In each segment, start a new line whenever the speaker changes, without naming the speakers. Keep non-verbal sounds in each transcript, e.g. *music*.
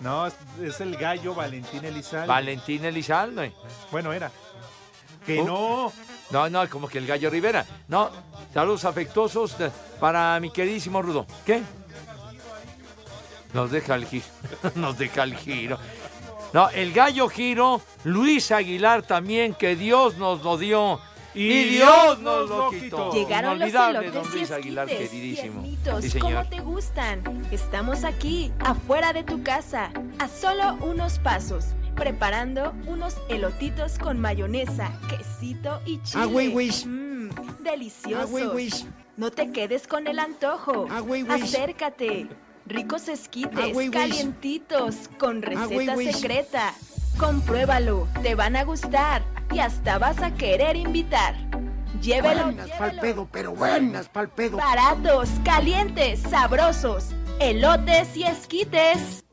No, es, es el Gallo Valentín Elizalde.
Valentín Elizalde.
Bueno, era. Que
Oh.
no.
No, no, como que el gallo Rivera. No, saludos afectuosos de- para mi queridísimo Rudo. ¿Qué? Nos deja el giro. *laughs* Nos deja el giro. No, el gallo giro, Luis Aguilar también, que Dios nos lo dio. Y, Dios nos lo quitó.
Llegaron los
Inolvidable,
elotes
don
y
Luis Aguilar,
esquites,
queridísimo.
tiernitos,
Sí, señor.
¿Cómo te gustan? Estamos aquí, afuera de tu casa, a solo unos pasos, preparando unos elotitos con mayonesa, quesito y chile.
Ah, güey, güey.
Mm.
Mmm, deliciosos.
Ah, güey, güey.
No te quedes con el antojo.
Ah, güey, güey.
Acércate. Ricos esquites,
Ah, güey, güey.
calientitos, con receta
Ah, güey, güey.
secreta. Compruébalo, te van a gustar y hasta vas a querer invitar. Llévelo,
Buenas pa'l
llévelo.
pedo, pero buenas pa'l pedo.
Baratos, calientes, sabrosos, elotes y esquites.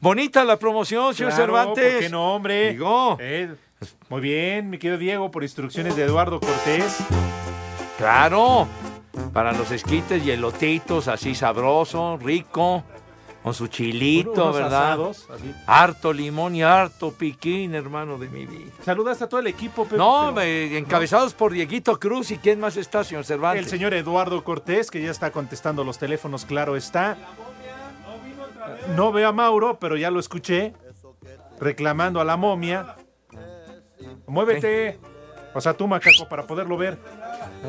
Bonita la promoción, señor
Claro,
Cervantes.
¿Por qué no, hombre?
Digo.
Eh, muy bien, mi querido Diego, por instrucciones de Eduardo Cortés.
Claro, para los esquites y elotitos, así sabroso, rico, con su chilito,
Unos
¿verdad?
asados, así.
Harto limón y harto piquín, hermano de mi vida.
Saludaste a todo el equipo, Pepe.
No,
pero-
me- encabezados por Dieguito Cruz y quién más está, señor Cervantes.
El señor Eduardo Cortés, que ya está contestando los teléfonos, claro está. No veo a Mauro, pero ya lo escuché. Reclamando a la momia. Muévete. O sea, tú, macaco, para poderlo ver.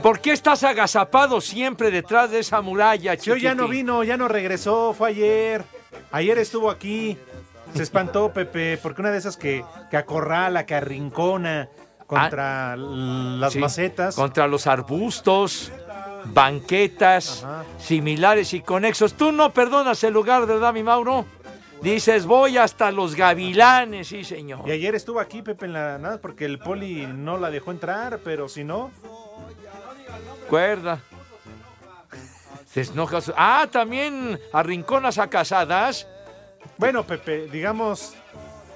¿Por qué estás agazapado siempre detrás de esa muralla,
Yo ya no
chiquitín?
vino, ya no regresó, fue ayer. Ayer estuvo aquí. Se espantó, Pepe, porque una de esas que, que acorrala, que arrincona contra l- las
Ah, Sí,
macetas.
Contra los arbustos, banquetas,
Ajá.
similares y conexos. Tú no perdonas el lugar, ¿verdad, mi Mauro? Dices, voy hasta los gavilanes, sí, señor.
Y ayer estuvo aquí, Pepe, en la nada, porque el poli no la dejó entrar, pero si no,
Recuerda. Se enoja su- Ah, también arrinconas a casadas.
Bueno, Pepe, digamos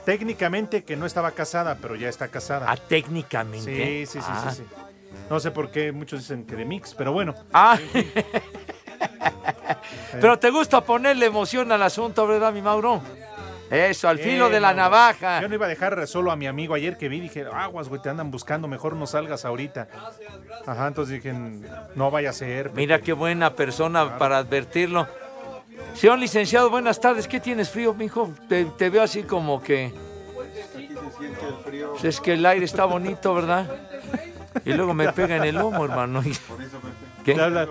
técnicamente que no estaba casada, pero ya está
Ah,
casada.
técnicamente.
Sí, sí, sí,
Ah.
sí, sí. No sé por qué muchos dicen que de mix, pero bueno.
Ah. *laughs* Pero te gusta ponerle emoción al asunto, ¿verdad, mi Mauro? Eso, al filo
Eh,
de la
no,
navaja.
Yo no iba a dejar solo a mi amigo ayer que vi, dije, aguas, güey, te andan buscando, mejor no salgas ahorita. Ajá, entonces dije, no vaya
*laughs*
a ser. Pepe.
Mira qué buena persona para advertirlo. Señor licenciado, buenas tardes. ¿Qué tienes frío, mijo? Te, te veo así como que. Pues Es que el aire está bonito, ¿verdad? Y luego me pega en el lomo, hermano. ¿Qué?
Le habla-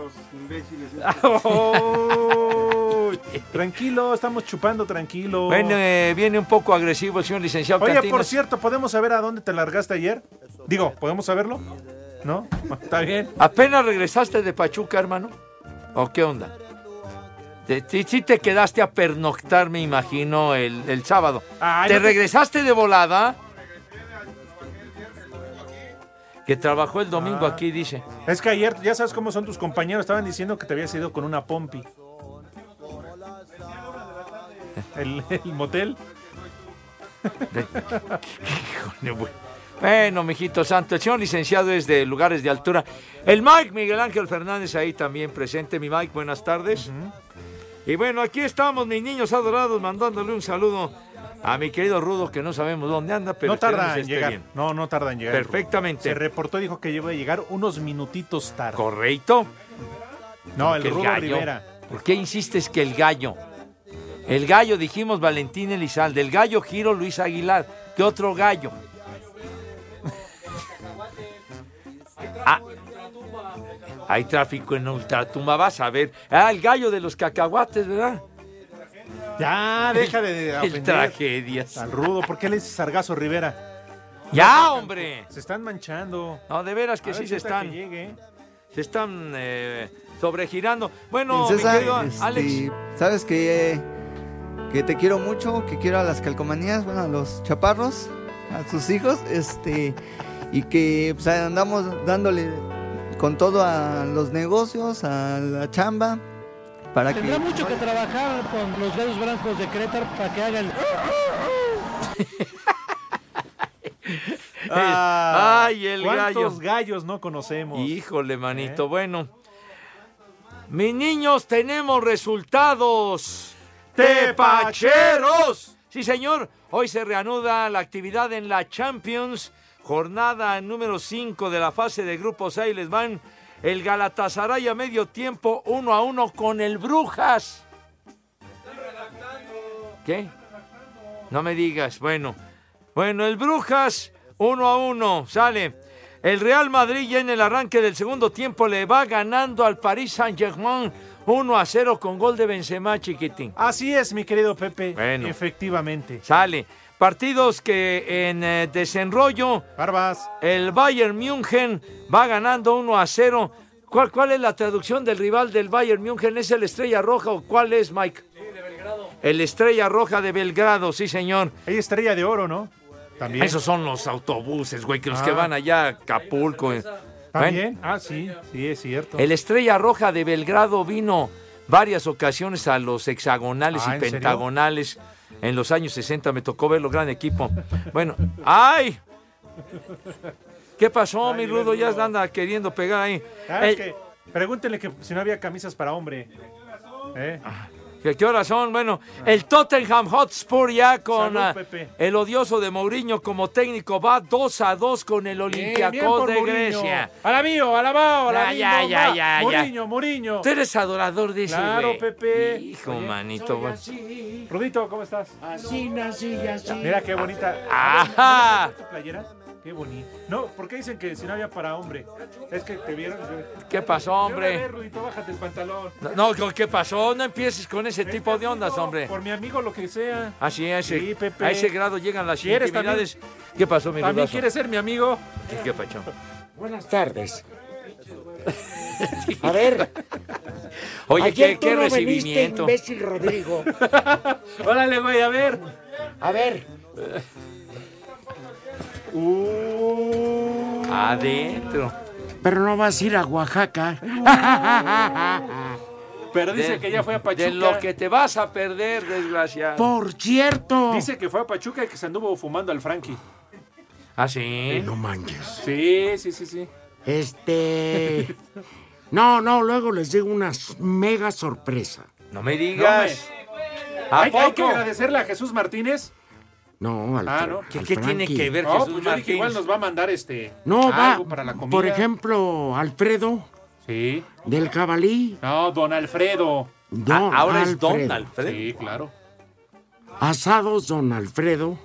Uy, tranquilo, estamos chupando tranquilo.
Bueno, eh, viene un poco agresivo el señor licenciado.
Oye,
Cantinas.
por cierto, ¿podemos saber a dónde te largaste ayer? Digo, ¿podemos saberlo? ¿No? Está bien.
¿Apenas regresaste de Pachuca, hermano? ¿O qué onda? Te- ti- Sí te quedaste a pernoctar, me imagino, el, el sábado. ¿Te
Ay, no Ah, te-
regresaste de volada? Que trabajó el domingo aquí, dice.
Ah. Es que ayer, ya sabes cómo son tus compañeros, estaban diciendo que te habías ido con una pompi. El, el motel.
Bueno, mijito santo, el señor licenciado es de lugares de altura. El Mike Miguel Ángel Fernández ahí también presente. Mi Mike, buenas tardes. Y bueno, aquí estamos, mis niños adorados, mandándole un saludo a mi querido Rudo, que no sabemos dónde anda, pero
no tarda
esperemos
en
esté
llegar.
bien.
No, no tarda en llegar.
Perfectamente.
Se reportó y dijo que iba a llegar unos minutitos tarde.
¿Correcto?
no, el
Que el
Rudo
gallo.
Rivera.
¿Por qué insistes que el gallo? El gallo, dijimos Valentín Elizalde. El gallo, Giro Luis Aguilar. ¿Qué otro gallo? *laughs* Ah, hay tráfico en Ultratumba, vas a ver. Ah, el gallo de los cacahuates, ¿verdad?
Ya, deja
*laughs*
de
El
ofender
tragedias.
al Rudo. ¿Por qué le dices Sargazo Rivera?
¡Ya, hombre!
Se están manchando.
No, de veras que
A
sí
ver
se
si ahorita que
están,
llegue.
se están eh, sobregirando. Bueno, mi
Princesa,
querido
este,
Alex.
sabes que, que te quiero mucho, que quiero a las calcomanías, bueno, a los chaparros, a sus hijos, este, y que pues, andamos dándole con todo a los negocios, a la chamba, para que...
mucho que trabajar con los dedos blancos de Crétar para que hagan...
Ah,
Ay, el gallo.
¿Cuántos gallos no conocemos?
Híjole, manito. Bueno, mis niños, tenemos resultados.
¡Tepacheros!
Sí, señor. Hoy se reanuda la actividad en la Champions, jornada número 5 de la fase de grupos. Ahí les van el Galatasaray a medio tiempo, uno a uno con el Brujas. ¿Qué? No me digas. Bueno, bueno, el Brujas uno a uno sale. El Real Madrid ya en el arranque del segundo tiempo le va ganando al Paris Saint-Germain 1 a 0 con gol de Benzema, chiquitín.
Así es, mi querido Pepe.
Bueno.
Efectivamente.
Sale. Partidos que en eh, desenrollo
Barbas.
el Bayern München va ganando 1 a 0. ¿Cuál, ¿Cuál es la traducción del rival del Bayern München? ¿Es el Estrella Roja o cuál es, Mike? El Estrella Roja de Belgrado, sí, señor.
Hay estrella de oro, ¿no? También.
Esos son los autobuses, güey, que los que
Ah.
van allá a Acapulco. eh. Bueno,
También. Ah, sí. Sí, es cierto.
el Estrella Roja de Belgrado vino varias ocasiones a los hexagonales
Ah,
y
¿en serio?
pentagonales. En los años 60 me tocó verlo, gran equipo. Bueno, ¡ay! ¿Qué pasó, mi Rudo? Ya anda queriendo pegar ahí.
Ah, es
Eh,
que pregúntenle que si no había camisas para hombre. ¿Eh?
¿Qué, qué horas son? Bueno, el Tottenham Hotspur ya con
Salud,
ah,
Pepe.
el odioso de Mourinho como técnico va 2 a 2 con el
Bien, bien por
Olympiacos de
Mourinho.
Grecia.
Alabío, alabao,
Ya,
alabío.
ya, ya, ya,
va.
ya.
Mourinho, Mourinho.
Tú eres adorador de ese
Claro,
güey.
Pepe.
Hijo,
Oye,
manito. güey.
Rudito, ¿cómo estás?
Así nací y así.
Mira qué bonita.
Ah. Ajá.
¿Tu playera? Qué bonita. No, ¿por qué dicen que si no había para hombre? Es que te vieron.
¿Qué pasó,
De una vez,
hombre?
Rudito, bájate el pantalón.
No, no, ¿qué pasó? No empieces con ese tipo de ondas, hombre.
Por mi amigo, lo que sea.
Así es. eh,
Sí, Pepe.
A ese grado llegan las
¿Quieres
intimidades. ¿Qué pasó, mi
¿También
rudazo?
quieres ser mi amigo?
¿Qué, qué pacho?
Buenas tardes. A ver,
*laughs* Oye,
ayer
qué,
tú
qué
no
recibimiento.
veniste, imbécil Rodrigo.
*laughs* Órale, güey, a ver.
A ver,
Uh. Adentro.
pero no vas a ir a Oaxaca.
*laughs* Pero dice
De-
que ya fue a Pachuca.
De lo que te vas a perder, desgraciado.
*laughs* Por cierto.
Dice que fue a Pachuca y que se anduvo fumando al Frankie.
¿Ah, sí?
No manches.
Sí, sí, sí, sí.
Este. No, no, luego les digo una s- mega sorpresa.
No me digas. ¿A
Hay, hay que
poco?
agradecerle a Jesús Martínez.
No, al,
Ah,
Fra-
¿no?
¿Qué,
al
qué tiene
Frankie.
que ver
No,
Jesús
pues yo dije,
Martínez?
igual nos va a mandar este.
No, va.
algo para la comida.
Por ejemplo, Alfredo
Sí. Ah,
del Cabalí.
No, don Alfredo.
No,
Ah, ahora es
Alfredo.
Don Alfredo.
Sí, claro.
Asados Don Alfredo,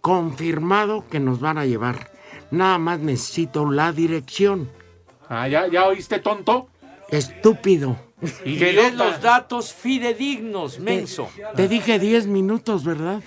confirmado que nos van a llevar. Nada más necesito la dirección.
Ah, ¿ya, ya oíste, tonto?
Estúpido.
Que
Idiota.
des los datos fidedignos, menso.
Te dije 10 minutos, ¿verdad?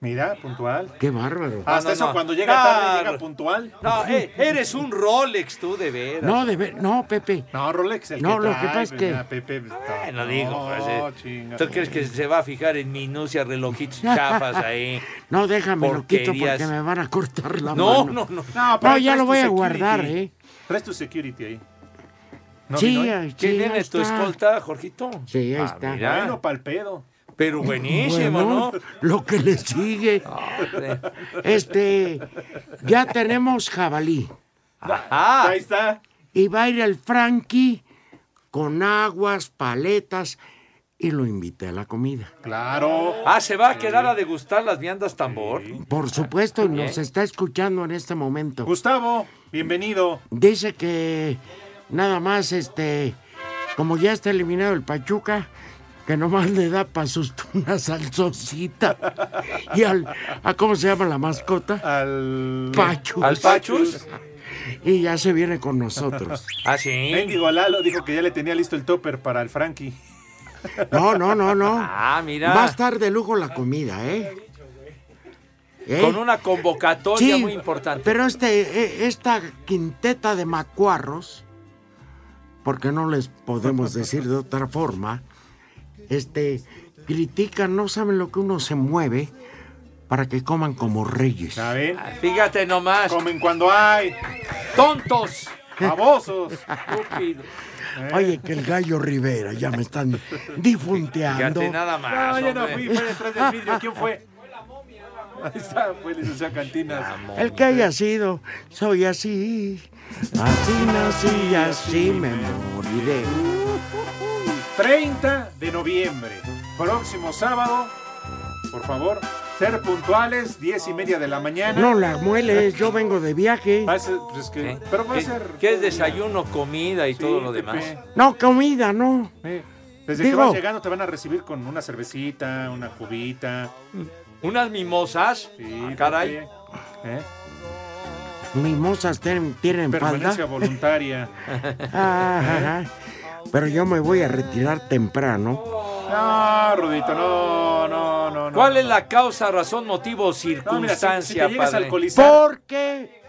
Mira, puntual.
Qué bárbaro.
Hasta
no,
eso
no.
cuando llega
Ah,
tarde,
no.
llega puntual.
No, eh, eres un Rolex tú, de veras.
No, de ver- no, Pepe.
No, Rolex, el
No,
que
lo que
trae,
pasa es
pues,
que-
mira, Pepe, pues,
Bueno, digo, pues, eh,
chinga.
¿tú crees que se va a fijar en minucias, relojitos, chafas ahí?
*laughs* No, déjame lo quito
Porquerías.
porque me van a cortar la
No,
mano.
no, no.
No, pero
*laughs* No,
ahí
ya
traes
lo
tu
voy a
security.
guardar, ¿eh?
Traes tu security ahí. ¿No
sí,
vino hoy?
ahí-
¿Qué
sí,
viene
ahí
tu
está.
escolta, Jorgito?
Sí, ahí
Ah,
está.
mira.
Bueno, pa'l pedo.
Pero buenísimo,
Bueno,
¿no?
Lo que le sigue. Este, ya tenemos jabalí.
Ajá.
Ahí está.
Y va a ir el Frankie con aguas, paletas, y lo invité a la comida.
Claro.
Ah, se va a quedar a degustar las viandas tambor.
Por supuesto, nos está escuchando en este momento.
Gustavo, bienvenido.
Dice que nada más, este, como ya está eliminado el Pachuca, que nomás le da para sus una salsosita. Y al, ¿a ¿cómo se llama la mascota?
Al.
Pachu.
¿Al Pachus?
Y ya se viene con nosotros.
Ah, sí.
Mendigo Lalo dijo que ya le tenía listo el topper para el Frankie.
No, no, no, no.
Ah, mira.
Va a estar de lujo la comida, ¿eh? ¿Eh?
Con una convocatoria
Sí,
muy importante.
Pero este, eh, esta quinteta de macuarros, porque no les podemos decir de otra forma, este, critican, no saben lo que uno se mueve para que coman como reyes.
A ver.
Ah, Fíjate nomás.
Comen cuando hay.
Tontos. *laughs*
Babosos.
Estúpido.
Oye, que el gallo Rivera ya me están difunteando.
Fíjate nada más.
No, yo no
hombre.
fui, fue detrás del vidrio. ¿Quién
*laughs*
fue? Ahí está, fue el licenciado Cantinas.
El que haya sido, soy así. Así nací y así me moriré.
30 de noviembre, próximo sábado. Por favor, ser puntuales, 10 y media de la mañana.
No la mueles, yo vengo de viaje.
Va a ser- pues es que-
¿Eh?
Pero va a
¿Qué-
ser.
¿Qué es desayuno, comida y
Sí,
todo lo
Pepe.
demás?
No, comida, no.
Eh, Desde que
Digo-
vas llegando te van a recibir con una cervecita, una cubita.
Mm. ¿Unas mimosas?
Sí,
Ah, caray.
Pepe. Eh,
Mimosas ten- tienen
Permanencia
*laughs*
falda.
voluntaria.
Ah, pero yo me voy a retirar temprano.
No, Rudito, no, no, no. no.
¿Cuál es la causa, razón, motivo o
No, mira, si- si,
circunstancia,
te llegas a
padre?
alcoholizar.
Porque.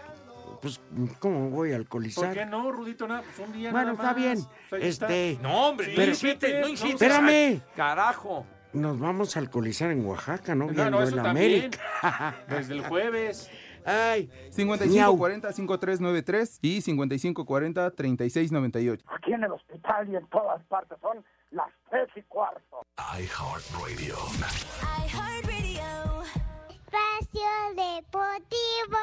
Pues, ¿cómo voy
¿Por
a
qué
alcoholizar?
no, Rudito? Nada, pues un día
Bueno,
nada
está
más.
bien.
Ahí está.
Este.
No, hombre,
Sí,
no
Pero-
insistes, no insistes.
Espérame.
Ay, Carajo.
Nos vamos a alcoholizar en Oaxaca, ¿no?
No,
Viendo
no,
el
eso también.
América.
Ah, Desde el jueves.
Ay, Miau.
5540-5393 y 5540-3698.
Aquí en el hospital y en todas partes son las tres y cuarto.
iHeartRadio.
Espacio Deportivo.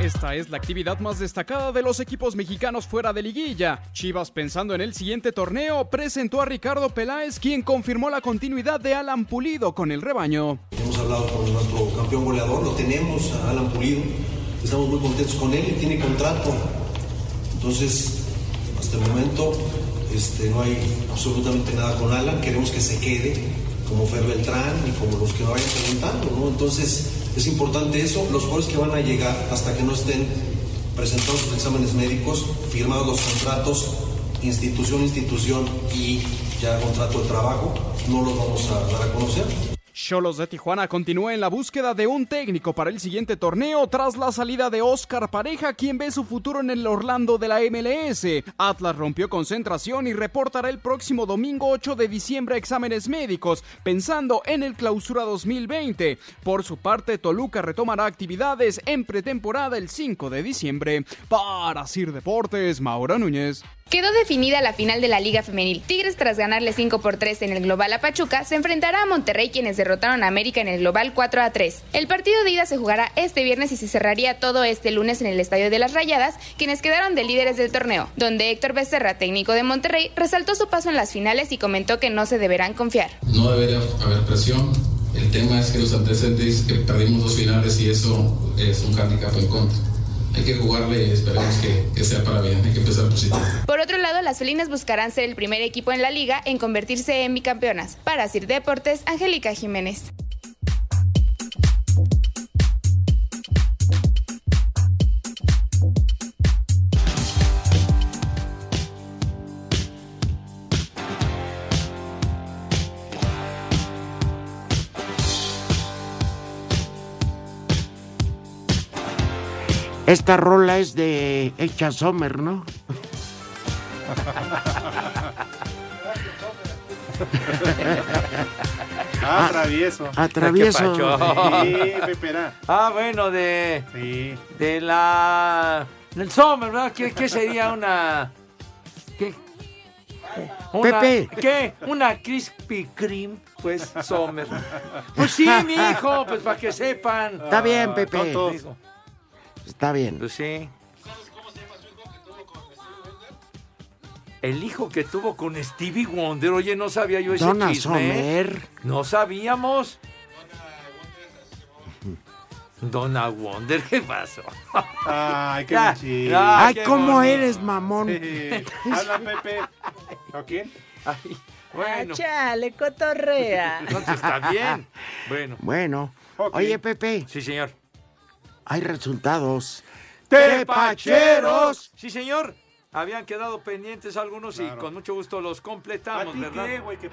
Esta es la actividad más destacada de los equipos mexicanos fuera de liguilla. Chivas, pensando en el siguiente torneo, presentó a Ricardo Peláez, quien confirmó la continuidad de Alan Pulido con el rebaño.
Hemos hablado con nuestro campeón goleador, lo tenemos a Alan Pulido, estamos muy contentos con él, tiene contrato. Entonces, hasta el momento este, no hay absolutamente nada con Alan, queremos que se quede como Fer Beltrán y como los que vayan preguntando, ¿no? Entonces, es importante eso, los jugadores que van a llegar hasta que no estén presentados sus exámenes médicos, firmados los contratos, institución, institución y ya contrato de trabajo, no los vamos a dar a conocer.
Cholos de Tijuana continúa en la búsqueda de un técnico para el siguiente torneo tras la salida de Oscar Pareja, quien ve su futuro en el Orlando de la MLS. Atlas rompió concentración y reportará el próximo domingo 8 de diciembre exámenes médicos, pensando en el clausura 2020. Por su parte, Toluca retomará actividades en pretemporada el 5 de diciembre. Para Sir Deportes, Mauro Núñez.
Quedó definida la final de la Liga Femenil. Tigres, tras ganarle 5 por 3 en el Global a Pachuca, se enfrentará a Monterrey, quienes derrotaron a América en el Global 4 a 3. El partido de ida se jugará este viernes y se cerraría todo este lunes en el Estadio de las Rayadas, quienes quedaron de líderes del torneo, donde Héctor Becerra, técnico de Monterrey, resaltó su paso en las finales y comentó que no se deberán confiar.
No debería haber presión. El tema es que los antecedentes que perdimos dos finales y eso es un hándicap en contra hay que jugarle y esperemos que, que, sea para bien, hay que empezar positivo.
Por otro lado, las felinas buscarán ser el primer equipo en la liga en convertirse en bicampeonas. Para Sir Deportes, Angélica Jiménez.
Esta rola es de Echa Sommer, ¿no?
Ah, travieso.
Ah, travieso.
¿Qué pacho? Sí, pepera.
Ah, bueno, de. Sí. De la. Del Sommer, ¿verdad? ¿Qué, qué sería una. ¿Qué? Una,
Pepe.
¿Qué? Una Krispy Kreme, pues
*laughs*
Sommer. Pues sí, mi hijo, pues para que sepan.
Está
Ah,
bien, Pepe.
Tontos.
Está bien.
Pues sí. ¿Sabes cómo se llama su hijo que tuvo con Stevie Wonder? El hijo que tuvo con Stevie Wonder. Oye, no sabía yo ese
Donna
chisme.
Sommer.
No sabíamos. Donna Wonder, ¿qué pasó?
Ay, qué
Ya,
bichín.
ya,
Ay,
qué
¿cómo
bonito.
eres, mamón?
Sí. Habla Pepe. ¿A quién?
Bueno,
Ah, Chale, cotorrea.
entonces está bien. Bueno.
Bueno.
Ok.
Oye, Pepe,
Sí, señor.
hay resultados.
¡Tepacheros! Sí, señor. Habían quedado pendientes algunos y con mucho gusto los
¿A
completamos,
ti
¿verdad? Pues
qué, güey? Que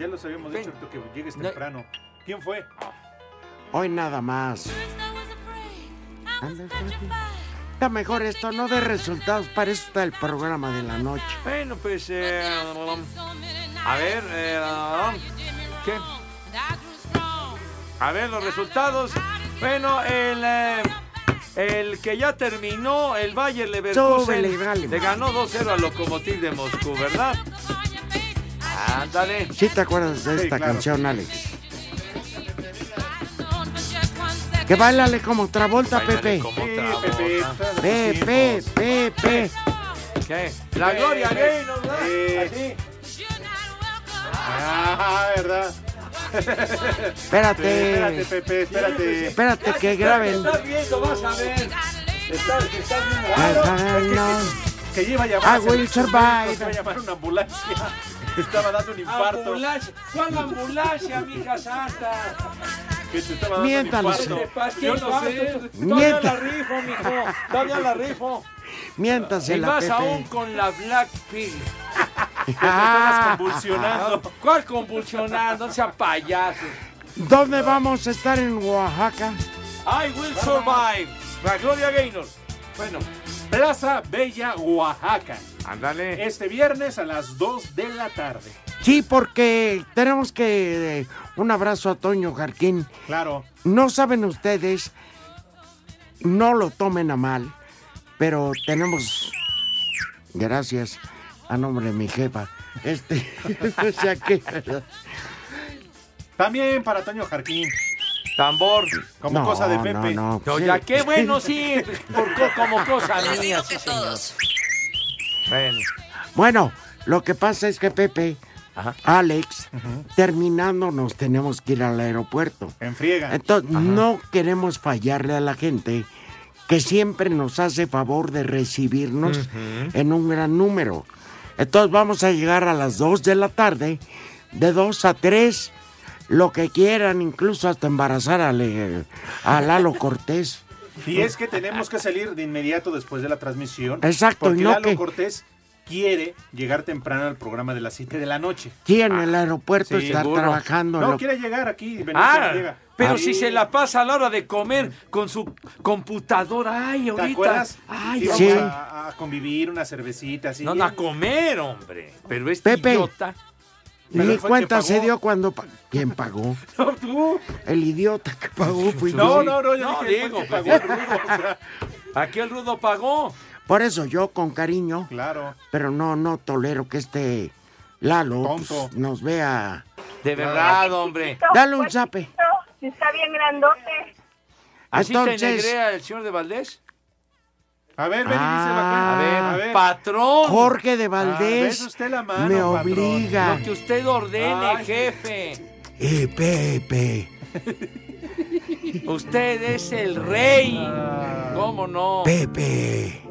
ya los habíamos dicho ahorita que llegues
No.
temprano. ¿Quién fue?
Hoy nada más. Anda, Pepe. Está mejor esto, no de resultados. Para eso está el programa de la noche.
Bueno, pues. eh, a ver, eh, ¿qué? A ver los resultados. Bueno, el, eh, el que ya terminó, el Bayer Leverkusen,
Súbele y dale.
le ganó 2-0 a Lokomotiv de Moscú, ¿verdad? Ándale.
¿Sí te acuerdas de
Sí,
esta
claro.
canción, Alex? Que bailale como Travolta, Pepe.
Pepe.
Pepe, Pepe.
¿Qué? La Gloria Gaynor, ¿verdad?
Sí. Ah, ¿verdad?
Espérate.
Espérate, Pepe, espérate.
Espérate que graben.
Estás viendo, vas a ver. Estás, estás viendo.
Que lleva a
I
llamar.
will Ah, survive.
Se va a llamar una ambulancia. *laughs* Estaba dando un infarto.
Ambulancia. ¿Cuál ambulancia, mija santa?
Que te estaba dando
Miéntanos.
un infarto.
Yo no sé. Todavía
Mienta.
la rifo, mijo. Todavía la rifo.
Miéntase
Y
la
más aún
Pepe.
con la Blackpink.
Ah,
convulsionando.
¿Cuál convulsionando? No sea payaso.
¿Dónde vamos a estar en Oaxaca?
I will survive. La Gloria Gaynor. Bueno,
Plaza Bella, Oaxaca.
ándale.
Este viernes a las 2 de la tarde.
Sí, porque tenemos que... eh, un abrazo a Toño Jarquín. *laughs*
Claro.
No saben ustedes, no lo tomen a mal, pero tenemos, gracias a nombre de mi jefa, este, o sea que,
También para Toño Jarquín.
Tambor.
Como No, cosa de no, Pepe. no, sí.
ya qué bueno, sí. por co- como cosa mía. sí, señor. Bueno.
Bueno, lo que pasa es que Pepe, Alex, terminando nos tenemos que ir al aeropuerto.
En friega.
Entonces, no queremos fallarle a la gente que siempre nos hace favor de recibirnos
Mm.
Ujú.
en un gran número. Entonces vamos a llegar a las 2 de la tarde, de 2 a 3, lo que quieran, incluso hasta embarazar al, eh,
*laughs*
a Lalo Cortés.
Y es que tenemos que salir de inmediato después de la transmisión.
Exacto,
Porque
y no
Lalo
que-
Cortés quiere llegar temprano al programa de las 7 de la noche.
Sí, en el aeropuerto
Ah, Sí,
estar
seguro.
trabajando.
No,
lo-
quiere llegar aquí. venir cuando
Ah,
llega.
pero
Ah,
si
sí.
se la pasa a la hora de comer con su computadora. Ay, ahorita.
¿Te acuerdas?
Ay,
Íbamos
sí.
a, a convivir, una cervecita así.
No, no, a comer, hombre. Pero este
Pepe.
idiota.
Ni cuenta se dio cuando... pa- ¿Quién pagó?
*laughs* No, tú.
El idiota que pagó fui
No,
yo.
no, no, yo dije,
digo,
pues,
pagó el
Aquí el rudo pagó.
Por eso yo con cariño.
Claro.
Pero no, no tolero que este Lalo
Tonto.
pues, nos vea.
De verdad, hombre.
Dale un zape.
Está bien grandote.
¿Así te
Entonces-
negrea el señor de Valdés?
A ver,
Ah,
a ver, patrón.
Jorge de Valdés
Ah, usted la mano,
me
patrón.
obliga.
Lo que usted ordene,
Ay.
jefe.
Eh, Pepe,
Usted es el rey. ¿Cómo no?
Pepe.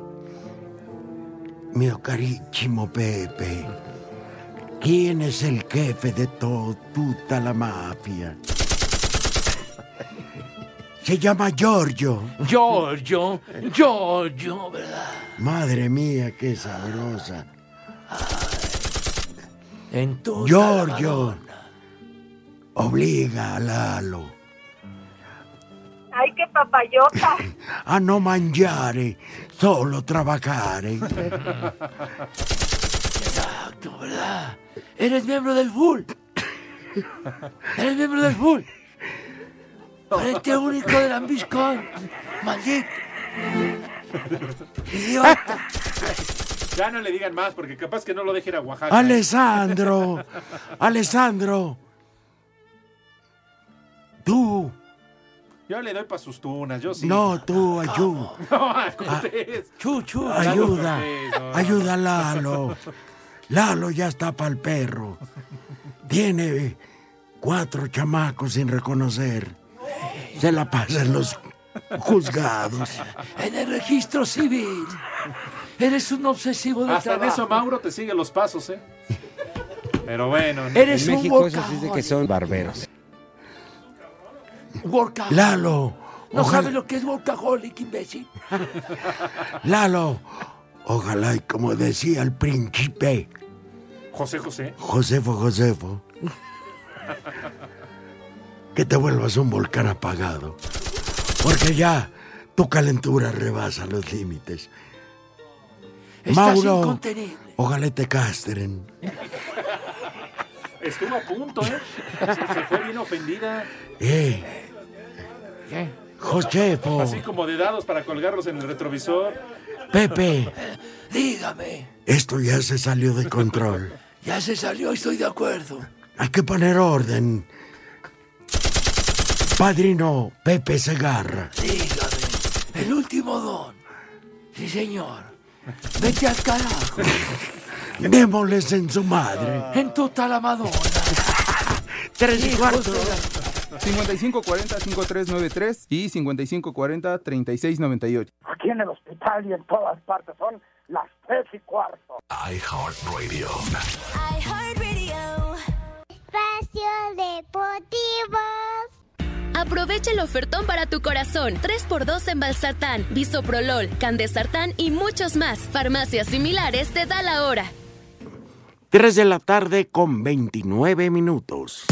Mio carísimo Pepe. ¿Quién es el jefe de toda puta la mafia? Se llama Giorgio.
Giorgio, Giorgio, ¿verdad?
Madre mía, qué sabrosa.
En tu
Giorgio obliga a Lalo
Ay, qué
*laughs*
papayota.
a no mangiare, solo trabajare.
Exacto, ¿verdad? Eres miembro del Bull. Eres miembro del Bull. Frente único de la Ambiscon. Maldito.
Idiota. *laughs* Ya no le digan más porque capaz que no lo dejen a Oaxaca. ¿eh?
Alessandro, Alessandro, tú,
*laughs* Yo le doy para sus tunas, yo sí.
no, tú, ayú,
*laughs* No, a Cortés.
ayuda,
Cortés, no.
ayuda a Lalo. Lalo ya está para el perro. Tiene cuatro chamacos sin reconocer. Se la pasa en los juzgados.
En el registro civil. Eres un obsesivo de
Hasta en
trabajo.
eso Mauro te sigue los pasos, ¿eh? Pero bueno.
Eres un
son barberos.
Workaholic.
Lalo,
No
ojalá-
sabes lo que es workaholic, imbécil.
Lalo, ojalá y como decía el príncipe
José José.
Josefo Josefo, que te vuelvas un volcán apagado, porque ya tu calentura rebasa los límites.
Estás
Mauro,
incontenible.
ojalá y te castren.
Estuvo a punto, ¿eh? Se, se fue bien ofendida.
Eh, Josefo,
Así como de dados para colgarlos en el retrovisor.
Pepe,
Dígame.
esto ya se salió de control.
Ya se salió, estoy de acuerdo.
Hay que poner orden. Padrino Pepe Segarra.
Dígame. El último don. Sí, señor. Vete al carajo.
Démosles en su madre.
En tu talamadona.
Tres y cuarto.
5540-5393 y 5540-3698.
Aquí en el hospital y en todas partes son las tres y cuarto.
iHeartRadio.
Espacio Deportivo. Aprovecha el ofertón para tu corazón. 3x2 en Balsartán, Bisoprolol, Candesartán y muchos más. Farmacias similares te da la hora.
3 de la tarde con 29 minutos.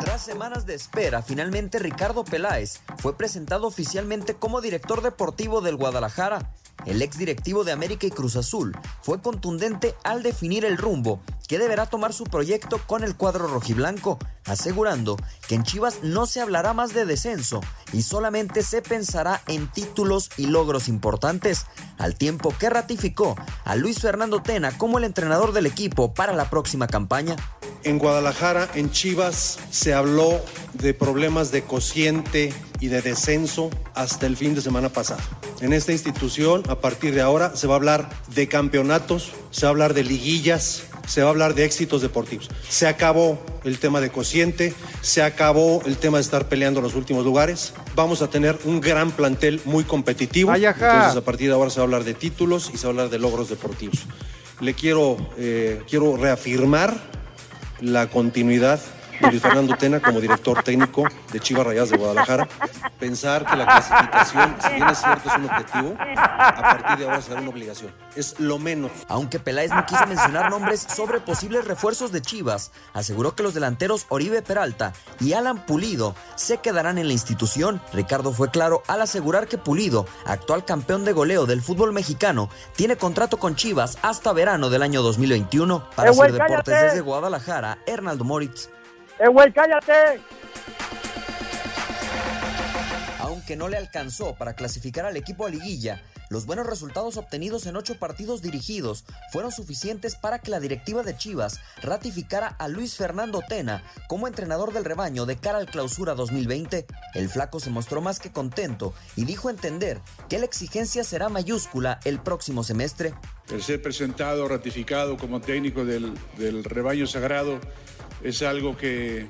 Tras semanas de espera, finalmente Ricardo Peláez fue presentado oficialmente como director deportivo del Guadalajara. El ex directivo de América y Cruz Azul fue contundente al definir el rumbo que deberá tomar su proyecto con el cuadro rojiblanco, asegurando que en Chivas no se hablará más de descenso y solamente se pensará en títulos y logros importantes, al tiempo que ratificó a Luis Fernando Tena como el entrenador del equipo para la próxima campaña.
En Guadalajara, en Chivas, se habló
de problemas de cociente y de descenso hasta el fin de semana pasado. En esta institución, a partir de ahora, se va a hablar de campeonatos, se va a hablar de liguillas, se va a hablar de éxitos deportivos. Se acabó el tema de cociente, se acabó el tema de estar peleando los últimos lugares. Vamos a tener un gran plantel muy competitivo. Entonces, a partir de ahora se va a hablar de títulos y se va a hablar de logros deportivos. Le quiero, eh, quiero reafirmar la continuidad de Luis Fernando Tena como director técnico de Chivas Rayas de Guadalajara. Pensar que la clasificación, si bien es cierto, es un objetivo, a partir de ahora será una obligación. Es lo menos.
Aunque Peláez no quiso mencionar nombres sobre posibles refuerzos de Chivas, aseguró que los delanteros Oribe Peralta y Alan Pulido se quedarán en la institución. Ricardo fue claro al asegurar que Pulido, actual campeón de goleo del fútbol mexicano, tiene contrato con Chivas hasta verano del año 2021. Para
Eh, güey,
hacer deportes
cállate.
desde Guadalajara, Hernaldo Moritz.
¡Eh, güey, cállate!
Aunque no le alcanzó para clasificar al equipo a liguilla, los buenos resultados obtenidos en ocho partidos dirigidos fueron suficientes para que la directiva de Chivas ratificara a Luis Fernando Tena como entrenador del rebaño de cara al clausura 2020. El flaco se mostró más que contento y dijo entender que la exigencia será mayúscula el próximo semestre.
El ser presentado, ratificado como técnico del, del rebaño sagrado es algo que,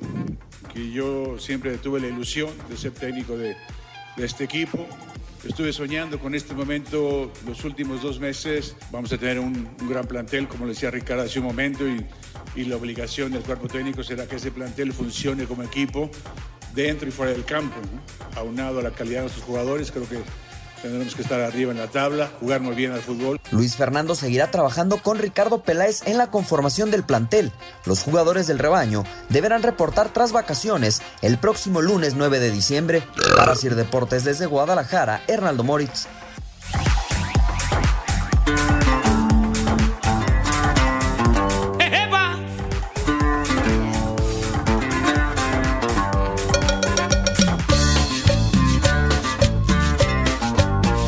que yo siempre tuve la ilusión de ser técnico de, de este equipo. Estuve soñando con este momento los últimos dos meses. Vamos a tener un, un gran plantel, como le decía Ricardo hace un momento, y, y la obligación del cuerpo técnico será que ese plantel funcione como equipo dentro y fuera del campo, ¿no? aunado a la calidad de sus jugadores. Creo que tendremos que estar arriba en la tabla, jugar muy bien al fútbol.
Luis Fernando seguirá trabajando con Ricardo Peláez en la conformación del plantel. Los jugadores del rebaño deberán reportar tras vacaciones el próximo lunes 9 de diciembre. Para Sir Deportes desde Guadalajara, Hernaldo Moritz.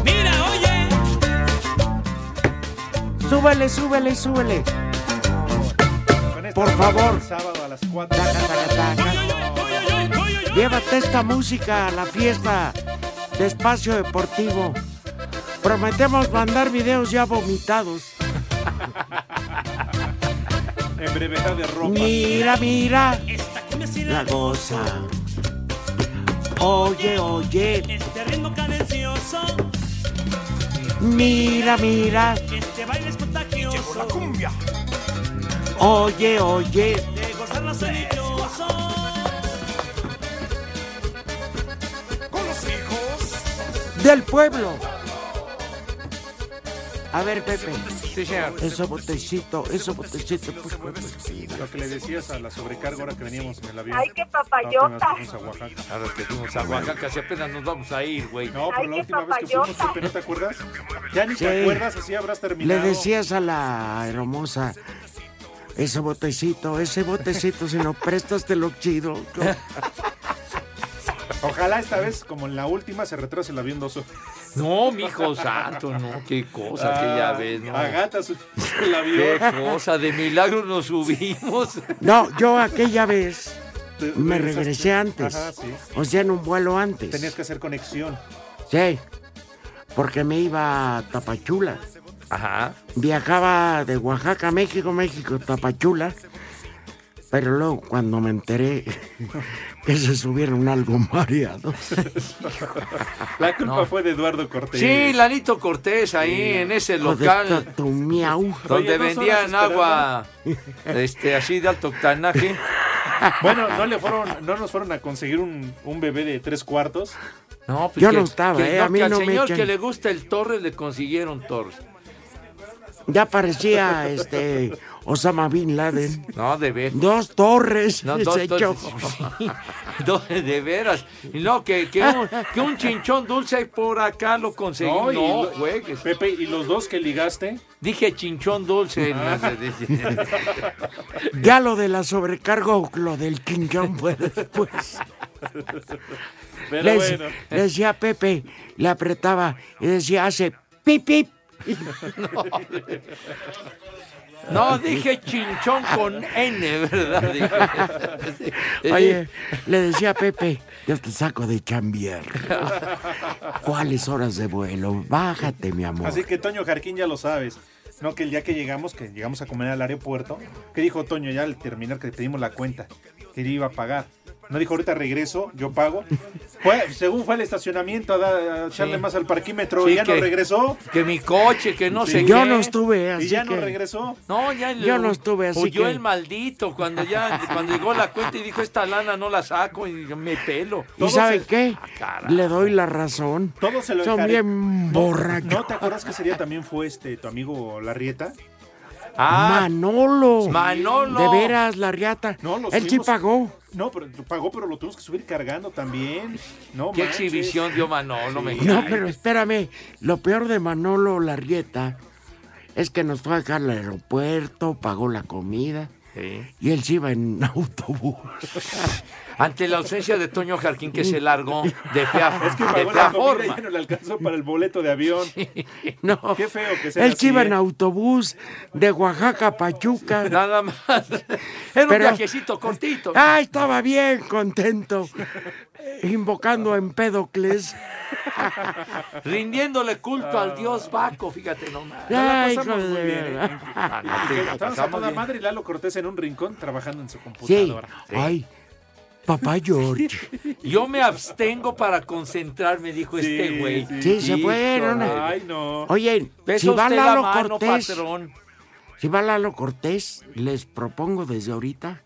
Mira, oye.
Súbele, súbele, súbele. Por favor.
Sábado a las 4.
Llévate esta música a la fiesta de Espacio Deportivo. Prometemos mandar videos
*laughs*
ya vomitados.
En brevedad de ropa.
Mira, mira. La
la-
goza. Oye, oye.
Este ritmo cadencioso,
Mira, mira.
este baile es contagioso. Llegó la cumbia.
Oye, oye.
De gozarla soy dichoso. Con los hijos.
Del pueblo. A ver, Pepe. Eso botecito, eso botecito. pues,
Lo que le decías a la sobrecarga ahora que veníamos en el avión.
Ay, qué papayota.
No, apenas fuimos a Oaxaca.
Ahora que fuimos a Oaxaca, si apenas nos vamos a ir, güey.
No, pues. pero la última vez que fuimos, Pepe, ¿no te acuerdas? Ya ni
Sí.
te acuerdas, así habrás
Le
terminado.
decías a la hermosa, ese botecito, ese botecito, si no prestas te lo chido.
*laughs* Ojalá esta vez, como en la última, se retrase el avión dos horas.
No, mijo santo, no, qué cosa que ya
Ah,
ves, no.
A gatas el
Qué
avión.
cosa, de milagro nos subimos.
No, yo aquella vez me
regresaste.
regresé antes,
Ajá, sí.
o sea, en un vuelo
Tenías
antes.
que hacer conexión.
Sí, porque me iba a Tapachula.
Ajá.
Viajaba de Oaxaca, México, México, Tapachula. Pero luego cuando me enteré *laughs* que se subieron algo *laughs* mareados.
La culpa
No.
fue de Eduardo Cortés.
Sí, Lanito Cortés ahí
Sí.
en ese
Hijo de
local
esta tu miau.
donde
Oye, dos
vendían
horas
agua
esperando.
este, así de alto octanaje.
Bueno, no le fueron, no nos fueron a conseguir un, un bebé de tres cuartos.
No,
Yo no estaba, eh, a mí
que al
no me
señor
echan.
que le gusta el Torres le
*laughs*
consiguieron Torres.
Ya parecía este Osama Bin Laden.
*laughs* No, de veras.
Dos torres
No,
se
dos, dos-
echó.
*laughs* dos, de veras. No, que, que, un, que un chinchón dulce por acá lo conseguí. No,
No, y lo-
juegues.
Pepe, ¿y los dos que ligaste?
Dije chinchón dulce.
Ah,
no sé, dije-
Ya lo de la sobrecarga o lo del chinchón fue después.
*laughs* Pero
Les-
bueno.
le decía a Pepe, le apretaba y decía hace pip pip.
*laughs* No, dije chinchón con N, ¿verdad? Dije. *laughs* Sí.
Oye, le decía a Pepe, yo te saco de chambier.
*laughs*
¿Cuáles horas de vuelo? Bájate, mi amor.
Así que Toño Jarquín ya lo sabes. No, que el día que llegamos, que llegamos a comer al aeropuerto, que dijo Toño ya al terminar que pedimos la cuenta, que él iba a pagar. No dijo ahorita regreso, yo
*laughs*
pago. Fue- según fue al estacionamiento a, da- a echarle
Sí.
más al parquímetro
Sí,
y ya
que-
no regresó.
Que mi coche, que no
Sí.
sé
Yo
qué.
no estuve, así ya no que- regresó?
No, ya el-
Yo no estuve, así
Huyó
que-
el maldito cuando ya cuando llegó la cuenta y dijo esta lana no la saco y me pelo.
¿Y saben qué?
Ah,
Le doy la razón.
Todo se lo
Son
encare-
bien borrachos.
¿No te acuerdas que ese día también fue este tu amigo Larrieta?
Manolo.
Manolo.
Ah, De veras, la riata.
No, los
Él sí
tuvimos-
pagó.
No, pero pagó, pero lo tuvimos que subir cargando también. No,
Qué
manches.
exhibición dio Manolo, me
No,
cae.
pero espérame. Lo peor de Manolo Larrieta es que nos fue a dejar al aeropuerto, pagó la comida. Y él se iba en *laughs* autobús.
Ante la ausencia de Toño Jarquín que se largó de fea,
Es que
de
pagó
fea
la comida y
forma.
ya no le alcanzó para el boleto de avión.
No.
Qué feo que sea.
Él se
así,
iba
¿eh?
en autobús de Oaxaca a Pachuca.
Nada más. *laughs* Era un
Pero-
viajecito cortito.
Ah, estaba bien contento. eh, Invocando a Empédocles.
Rindiéndole culto al dios Baco, fíjate nomás.
Ay,
la pasamos muy bien, ¿eh?
Ah, no, sí, la
Estamos a
pasamos
toda
bien.
madre y Lalo Cortés en un rincón trabajando en su
Sí.
computadora.
Ay, papá George.
Yo me abstengo para concentrarme, dijo este güey.
Sí, se fueron.
Híjole.
Oye,
Besa
si va
usted la
Lalo
mano,
Cortés,
patrón.
si va Lalo Cortés, les propongo desde ahorita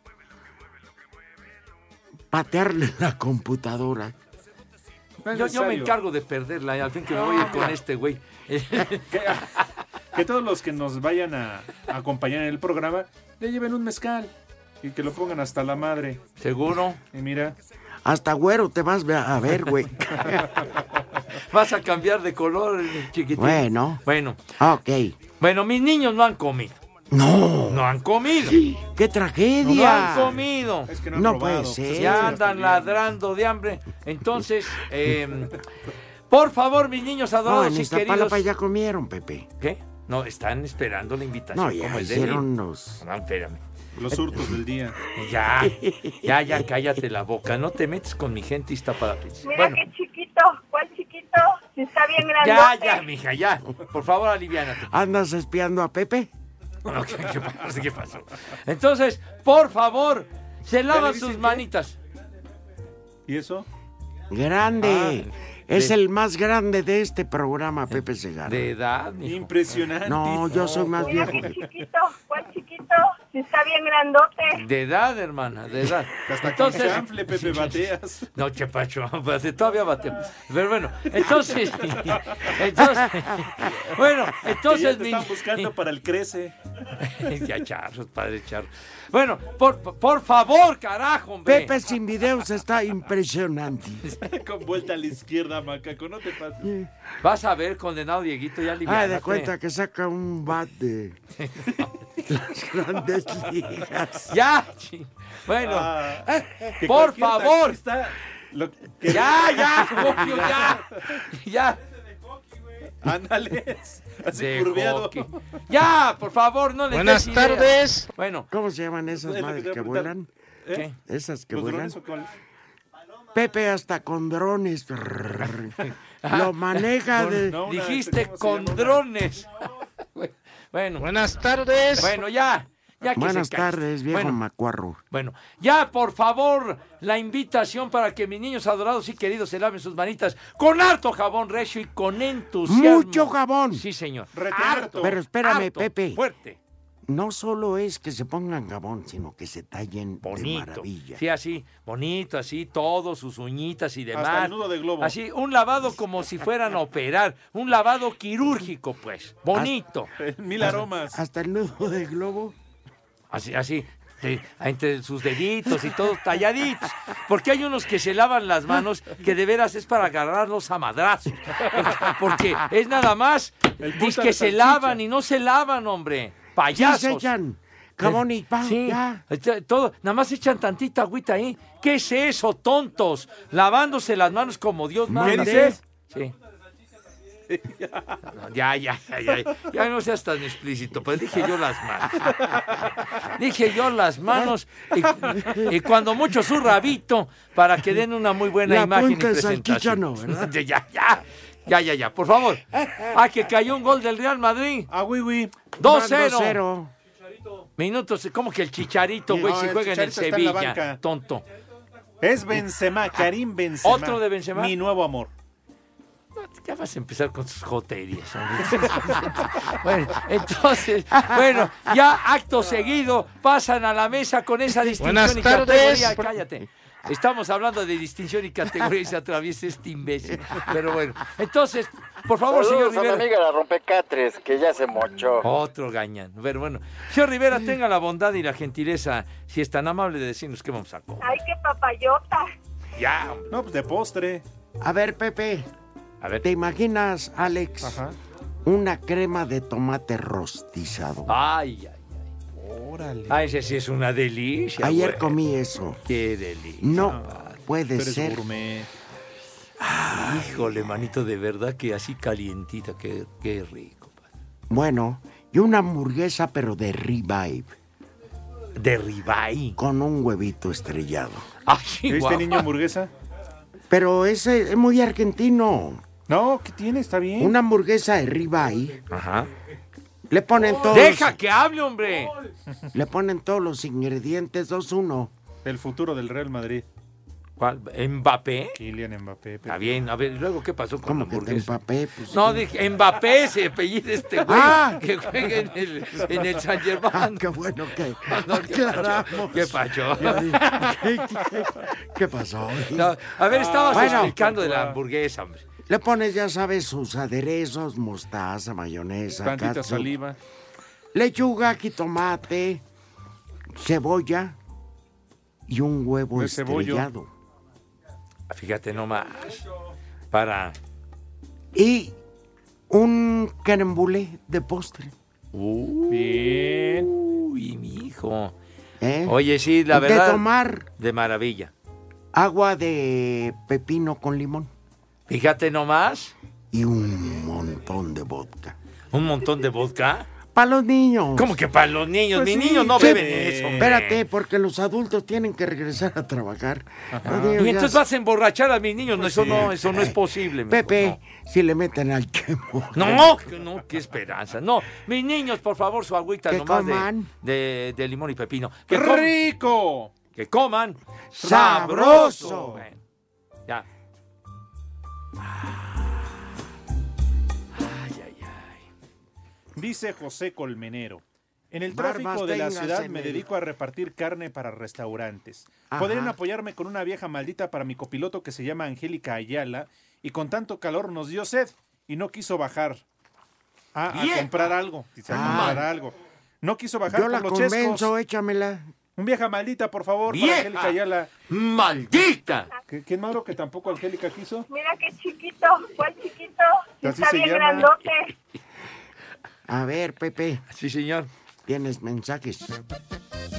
patearle la computadora.
Yo- Yo, me encargo de perderla, eh, al fin que me voy a ir con este
*laughs*
güey.
Que todos los que nos vayan a, a acompañar en el programa le lleven un mezcal y que lo pongan hasta la madre.
¿Seguro?
Y mira.
Hasta güero te vas a ver,
*laughs*
güey.
Vas a cambiar de color, chiquitito.
Bueno.
Bueno.
Ah, ok.
Bueno, mis niños no han comido.
No.
No han comido.
¡Qué
No han
tragedia!
comido.
no han No probado. puede ser.
Ya andan ladrando de hambre. Entonces, eh, por favor, mis niños
No,
adorados
en
y queridos.
Iztapalapa ya comieron, Pepe.
¿Qué? No, están esperando la invitación.
No, ya
como es de
hicieron
ir.
los...
No, espérame.
Los hurtos del día.
Ya, ya, ya, cállate la boca. No te metes con mi gente iztapalapense.
Mira
Bueno,
qué chiquito, cuál chiquito, si está bien grandote.
ya, ya, mija, ya. Por favor, aliviánate.
¿Andas espiando a Pepe?
No, ¿qué, qué pasó? ¿Qué pasó? Entonces, por favor, se lavan
dicen
sus
qué?
manitas.
¿Y eso?
¡Grande! es
Ah, de-
el más grande de este programa, Pepe Segarra.
De edad, mijo.
Impresionante.
No, yo soy más
Mira
viejo.
qué chiquito, cuál chiquito, si está bien grandote.
De edad, hermana, de edad.
Hasta con
*laughs*
chanfle, Pepe, bateas.
No, chepacho, pues, todavía bateo. Pero bueno,
*laughs*
entonces, entonces, bueno,
Entonces,
entonces,
te
mi-
están buscando para el crece.
*laughs* ya charros, padre charros. Bueno, por, por favor, carajo, hombre.
Pepe sin videos está
*laughs*
impresionante.
*laughs* Con vuelta a la izquierda, macaco, no te pases.
Vas a ver, condenado Dieguito, ya
Ah,
aliviánate.
de cuenta *laughs* que saca un bat
*laughs*
de las grandes ligas.
*laughs* Ya, chi- bueno,
Ah,
eh,
que
por
cualquier
favor.
taxista lo-
*laughs*
que-
Ya, ya,
*laughs*
Julio, ya, ya.
Ándale. Así
De
curveado.
hockey. Ya, por favor, no le
Buenas
des ideas.
tardes.
Bueno,
¿Cómo se llaman esas
Es lo que
madres
te
que
voy a preguntar.
vuelan?
¿Eh?
Esas que
¿Los
vuelan.
drones o cuál?
Pepe hasta
*laughs*
con drones. Lo maneja
Con-
de...
no, una-
dijiste
¿cómo se
con
llama?
drones. *laughs* Bueno.
Buenas tardes.
Bueno, ya. ya que
Buenas
se calle.
tardes, viejo
Bueno,
macuarro.
bueno, ya, por favor, la invitación para que mis niños adorados y queridos se laven sus manitas con harto jabón recio y con entusiasmo.
Mucho jabón.
Sí, señor.
Retearto.
Pero espérame,
harto,
Pepe.
Fuerte,
No solo es que se pongan jabón, sino que se tallen de
bonito.
maravilla.
Sí, así, bonito, así, todo, sus uñitas y demás.
Hasta el nudo de globo.
Así, un lavado como si fueran a operar. Un lavado quirúrgico, pues. Bonito.
Mil aromas.
Hasta el nudo de globo.
Así, así. sí, entre sus deditos y todos talladitos. Porque hay unos que se lavan las manos que de veras es para agarrarlos a madrazos. Porque es nada más
El
diz
punta
que
de
se
salchicha.
lavan y no se lavan, hombre.
Sí,
Payasos.
se echan
Eh,
jabón y pan,
Sí,
ya.
este, todo, nada más echan tantita agüita ahí. ¿Qué es eso, tontos? Lavándose las manos como Dios manda.
dices?
Sí. *laughs* Ya, ya, ya, ya. Ya no seas tan explícito, pues dije yo las manos. *laughs* Dije yo las manos y, y cuando mucho su rabito para que den una muy buena
La
imagen y
punta de salchicha
presentación.
no, ¿verdad?
*laughs* Ya, ya, ya. Ya, ya, ya, por favor. Ah, que cayó un gol del Real Madrid.
Ah, oui, oui.
2-0. Minutos, ¿cómo que el chicharito, güey?
No,
si
el
juega en el
Chicharito está en
Sevilla,
la banca.
tonto.
Es Benzema, Karim Benzema.
¿Otro de Benzema?
Mi nuevo amor.
Ya vas a empezar con sus joterías. hombre. *laughs* bueno, entonces, bueno, ya acto seguido pasan a la mesa con esa distinción
Buenas
y
tardes.
categoría. Cállate. Estamos hablando de distinción y categoría y se atraviesa este imbécil. Pero bueno, entonces, por favor,
Saludos
señor
a mi
Rivera.
amiga la rompecatres, que ya se mochó.
Otro gañán. Pero bueno, señor Rivera, tenga la bondad y la gentileza, si es tan amable, de decirnos qué vamos a comer.
Ay, qué papayota.
Ya.
No, pues de postre.
A ver, Pepe.
A ver.
¿Te imaginas, Alex, una crema de tomate rostizado?
Ay, ay, ay. Órale. Ay, ese sí es una delicia.
Ayer
güey.
comí eso.
Qué delicia.
No puede ser.
Ah, Híjole, manito, de verdad que así calientita, qué, qué rico.
Bueno, y una hamburguesa, pero de ribeye.
¿De ribeye?
Con un huevito estrellado.
¿Viste niño hamburguesa?
Pero ese es muy argentino.
No, ¿qué tiene? Está bien.
Una hamburguesa de ribeye.
Ajá.
Le ponen todos.
Deja que hable, hombre.
Le ponen todos los ingredientes 2-1.
El futuro del Real Madrid.
¿Cuál? ¿Mbappé?
Kylian Mbappé. Pepe.
Está bien, a ver, luego qué pasó con la
¿Cómo que te
hamburguesa.
empapé? Pues,
No, dije, Mbappé se apellida este güey
Ah.
que juega en el, en el San
Ah,
Germán. Ah,
qué bueno
*laughs*
que
No, qué
aclaramos.
pacho. Qué pacho.
Yo dije, ¿Qué, qué- qué pasó?
*laughs* No, a ver, estabas
Bueno.
explicando de la hamburguesa, hombre.
Le pones, ya sabes, sus aderezos, mostaza, mayonesa,
Tantita
catsup,
saliva.
lechuga, jitomate, cebolla y un huevo
De cebollo.
estrellado.
Fíjate nomás. Para.
Y un carambulé de postre.
Bien. Uy, mi hijo.
¿eh?
Oye, sí, la
De
verdad.
tomar.
De maravilla.
Agua de pepino con limón
Fíjate nomás.
y un montón de vodka.
Un montón de vodka.
Para los niños.
¿Cómo que para los niños?
Pues
Mis
sí,
niños no
sí.
beben eso. hombre.
Espérate, porque los adultos tienen que regresar a trabajar. Adiós,
Ah. Y entonces
ya
vas a emborrachar a mis niños. No, eso, no, eso no es posible. mi
Pues Pepe, si le meten al quemo.
No, que no, qué esperanza. No, mis niños, por favor, su agüita
Que
nomás de-
coman.
de, de limón y pepino. Que, com-
¡Rico!
que coman
¡Sabroso!
Bueno, ya. Ay, ay, ay.
Dice José Colmenero. En el
Barbas
tráfico de la
tengas
ciudad
en
me
el-
dedico a repartir carne para restaurantes.
Ajá.
Podrían apoyarme con una vieja maldita para mi copiloto que se llama Angélica Ayala y con tanto calor nos dio sed y no quiso bajar Ah, a,
Vieja.
comprar algo. Dice, a
Ah.
comprar algo. No quiso bajar
Yo la
por los chescos.
convenzo, échamela.
Un vieja maldita, por favor,
Vieja.
para Angélica Ayala.
¡Maldita!
¿Qué- ¿Quién malo que tampoco Angélica quiso?
Mira qué chiquito, cuál chiquito. Sí
Así
Está
se
bien
*laughs*
llama.
grandote.
A ver, Pepe,
Sí, señor.
tienes mensajes.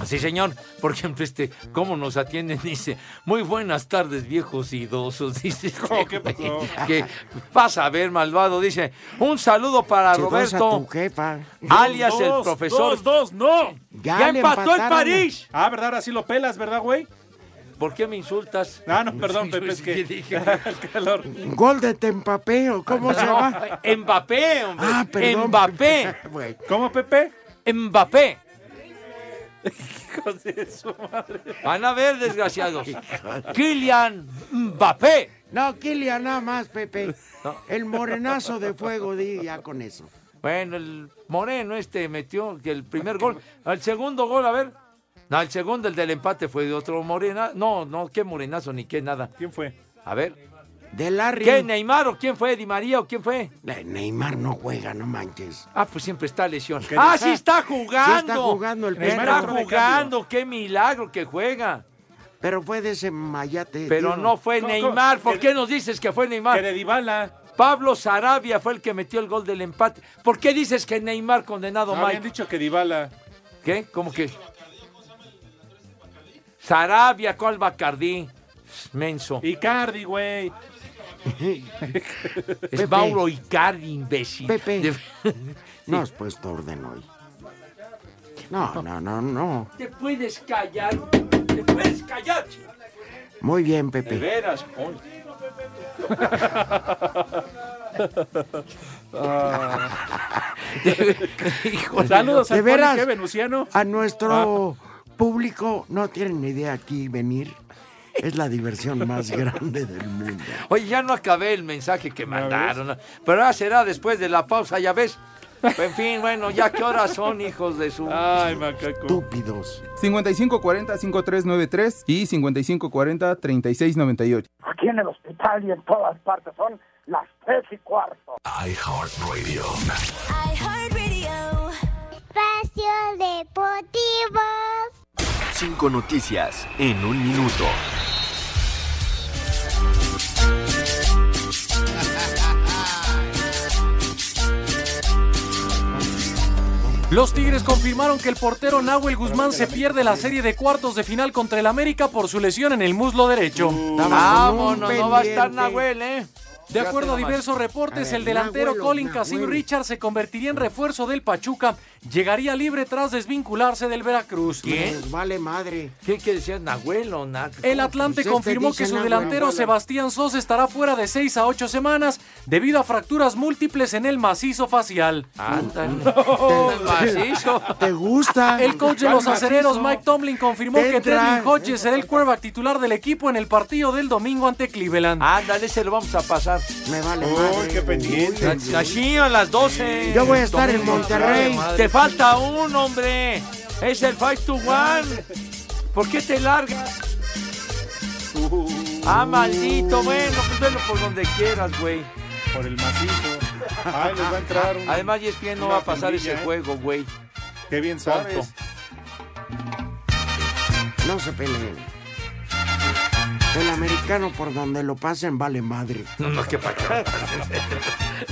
Sí, señor. Por ejemplo, este, ¿cómo nos atienden? Dice, muy buenas tardes, viejos idosos. *laughs* Dice, este
Oh, ¿qué
güey,
pasó?
que pasa a ver, malvado. Dice, un saludo para
Saludos a tu
Roberto,
jefa.
alias
Dos,
el profesor.
Dos, dos, no.
Ya,
¡Ya
le
empató el
empataron.
París!
Ah, ¿verdad? Ahora sí lo pelas, ¿verdad, güey?
¿Por qué me insultas? pues,
Ah, no, perdón, Pepe, *laughs* es que...
Dije,
el calor.
Gol de Tempape, ¿o ¿cómo se va?
no, Mbappé, hombre.
Ah, perdón.
Mbappé.
*laughs* Bueno,
¿Cómo, Pepe?
Mbappé.
Hijos de su madre.
Van a ver,
*laughs*
desgraciados. Kylian Mbappé.
No, Kilian, nada más, Pepe. El morenazo de fuego, di ya con eso.
Bueno, el Moreno este metió el primer gol. El segundo gol, a ver. No, el segundo, el del empate, fue de otro Morena. No, no, qué morenazo ni qué nada.
¿Quién fue?
A ver.
De Larry.
¿Qué, Neymar o quién fue? ¿Di María o quién fue?
Eh, Neymar no juega, no manches.
Ah, pues siempre está lesión. ¡Ah, sí está jugando!
Sí está jugando el
Neymar
perro.
Está jugando, qué milagro que juega.
Pero fue de ese mayate.
Pero
digo.
no fue
¿Cómo, cómo?
Neymar. ¿Por
Que-
qué nos dices que fue
Que
Neymar?
de Dybala.
Pablo Sarabia fue el que metió el gol del empate. ¿Por qué dices que Neymar condenado,
No,
Mike?
habían dicho que Dybala.
¿Qué? ¿Cómo que? Sarabia, ¿cuál Bacardí? Menso.
Icardi, güey.
*laughs* Es Mauro Icardi, imbécil. *laughs*
Pepe.
De-
*laughs* No has puesto orden hoy. No, no, no, no.
Te puedes callar. Te puedes callar. chico?
Muy bien,
De
Pepe.
veras. Oy.
*laughs*
Ah. *laughs*
Híjole. Saludos a
De
Juan
veras,
G. Venusiano.
A nuestro público no tienen ni idea aquí venir. Es la diversión más grande del mundo.
*laughs* Oye, ya no acabé el mensaje que mandaron. Pero ahora será después de la pausa, ya ves. Pues, En fin, bueno, ya qué horas son, hijos de su.
Ay, macaco.
Estúpidos.
5540-5393 y 5540-3698.
Aquí en el hospital y en todas partes son las tres y cuarto.
iHeartRadio.
Espacio Deportivo.
Cinco noticias en un minuto.
Los Tigres confirmaron que el portero Nahuel Guzmán se pierde la serie de cuartos de final contra el América por su lesión en el muslo derecho.
Vámonos, no va a estar Nahuel, ¿eh?
De acuerdo a diversos
A
reportes,
ver,
el delantero
Nahuel o
Colin Casim
Nahuel.
Richard se convertiría en refuerzo del Pachuca. Llegaría libre tras desvincularse del Veracruz.
Les vale madre.
¿Qué quiere decir Nahuel o Nat?
El Atlante
Pues este
confirmó
dice
que su
Nahuel.
delantero Sebastián Sos estará fuera de 6 a 8 semanas debido a fracturas múltiples en el macizo facial.
Ah, *laughs* macizo.
¿Te gusta?
El coach de los
Macizo.
acereros Mike Tomlin confirmó
Te
que
entra.
Trevin Hodges será el quarterback titular del equipo en el partido del domingo ante Cleveland.
Ándale, se lo vamos a pasar.
Me vale
madre.
qué pendiente.
Así a las 12.
Yo voy a estar en
Domingo.
Monterrey.
Te falta un, hombre. Es el 5 to 1. ¿Por qué te largas? Ah, maldito. Bueno, pues velo por donde quieras, güey.
Por el macizo. Ay, les va a entrar un-
Además, ESPN no
una
va a pasar
pandilla,
ese
¿eh?
juego, güey.
Qué bien sabes.
Tonto.
No se peleen. El americano por donde lo pasen vale madre.
No, no, qué *laughs* pacho.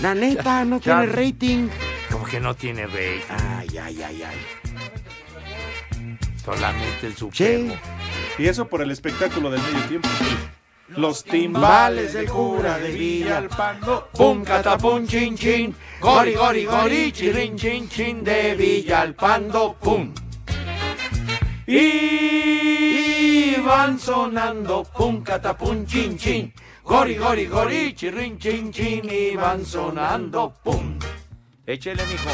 La neta, no tiene
Charlie.
rating.
Como que no tiene rey.
Ay, ay, ay, ay.
Solamente el Supremo.
Y eso por el espectáculo del medio tiempo. Los timbales
timbales del
del
cura
cura
de
de
Villalpando.
Villalpando.
Pum, catapum, chin, chin. Gori, gori, gori, chirin, chin, chin. De Villalpando, pum. Y van sonando, pum, catapum, chin, chin. Gori, gori, gori, chirin, chin, chin. Y van sonando, pum. Échele, mijo.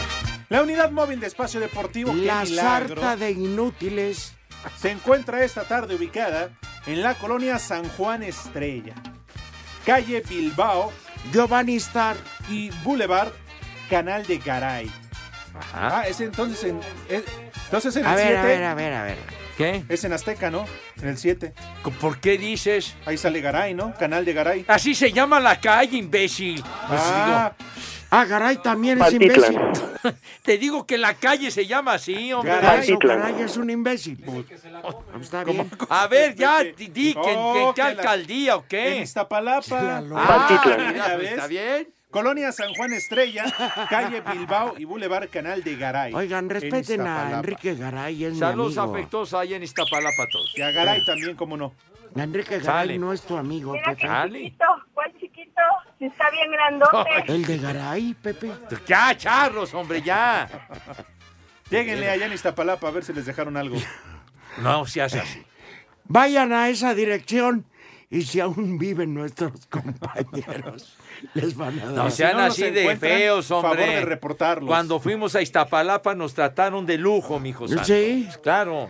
La unidad móvil de espacio deportivo qué
La
milagro,
sarta de inútiles.
se encuentra esta tarde ubicada en la colonia San Juan Estrella, calle Bilbao,
Giovanni Star
y Boulevard Canal de Garay. Ah, es entonces en es- entonces en
A
el
ver,
7.
a ver, a ver, a ver.
¿Qué?
Es en Azteca, ¿no? En el 7.
¿Por qué dices?
Ahí sale Garay, ¿no? Canal de Garay.
Así se llama la calle, imbécil.
Ah,
Ah, Garay también es
Pantitlán.
imbécil.
Te digo que la calle se llama así, hombre.
Garay, o Garay es un imbécil.
Pues,
Pues, Está bien.
A ver, ya, di, di, que,
No,
que-
que
¿qué
la-
alcaldía o
en
qué?
Iztapalapa.
Ah, mira,
¿Ya
pues,
ves?
está bien.
Colonia San Juan Estrella, calle Bilbao y Boulevard Canal de Garay.
Oigan,
en
respeten a
Iztapalapa.
Enrique Garay, es mi
Saludos
amigo.
afectuosos ahí en Iztapalapa a todos.
Y a Garay también, cómo no.
Enrique Garay
Sale.
no es tu amigo, Pepe.
Chiquito, ¿cuál chiquito? Si está bien grandote.
El de Garay, Pepe.
Pues Ya, charros, hombre, ya.
Lléguenle allá en Iztapalapa a ver si les dejaron algo.
No se hace así.
*laughs* Vayan a esa dirección y si aún viven nuestros *laughs* compañeros, les van a dar.
No sean
no los
así de
encuentran,
feos, hombre.
favor de reportarlos.
Cuando fuimos a Iztapalapa nos trataron de lujo, mijo santo.
Sí.
Claro.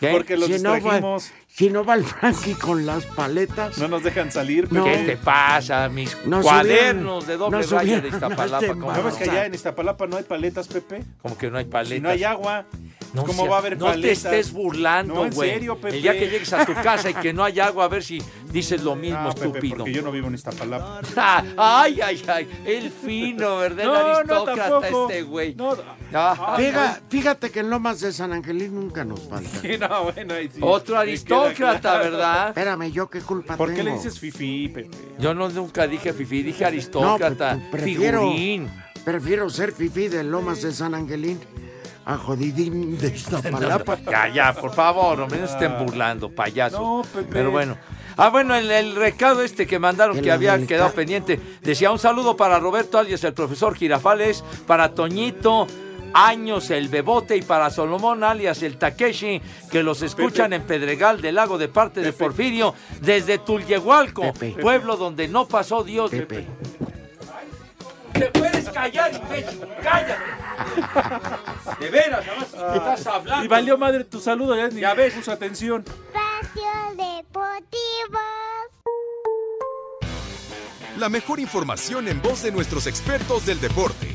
¿Qué?
Porque los
si, no va,
distrajimos.
si no va el *laughs* Frankie con las paletas,
No nos dejan salir,
No.
¿Qué
Pepe.
te pasa, mis
Nos
cuadernos
hubieran-
de doble
nos
raya de
hubieran
Iztapalapa?
dado
¿cómo
más
¿No ves
no?
que allá en Iztapalapa no hay paletas, Pepe?
Como que no hay
Si
paletas.
no hay agua,
No
¿cómo
sea-
va a haber
no
paletas?
te estés
No,
burlando,
en
güey.
serio, Pepe.
El día que llegues a tu casa y que
*laughs*
no hay agua, a ver si dices lo mismo,
No, Pepe,
estúpido.
porque yo no vivo en Iztapalapa.
Ah, *laughs* ay, ay, ay. El fino, ¿verdad? El
No, no,
aristócrata
tampoco.
este, güey.
No, *laughs*
Ah,
Fija- fíjate que en Lomas de San Angelín nunca nos falta.
sí, no, bueno, ahí sí.
Otro
Me
aristócrata,
queda claro.
¿verdad?
Espérame, yo qué culpa
¿Por
tengo.
qué le dices fifí, Pepe?
Yo no nunca dije fifi, dije
No,
aristócrata,
pre- prefiero,
figurín.
prefiero ser fifí de Lomas de San Angelín a jodidín
*laughs*
de Iztapalapa.
pues, Ya, ya, por favor, no me estén burlando, payasos.
No, Pepe.
Pero bueno, Ah, bueno, el, el recado este que mandaron que había quedado pendiente. Decía un saludo para Roberto Alias, el profesor Girafales, para Toñito. Años el Bebote y para Solomón alias el Takeshi, que los escuchan en Pedregal del Lago de parte de Porfirio, desde Tulyehualco, pueblo donde no pasó Dios. Te puedes callar, imbécil, cállate. De veras, además, ¿qué estás hablando?
Y valió madre tu saludo, ya, ni
Ya ves.
puso atención.
La mejor información en voz de nuestros expertos del deporte.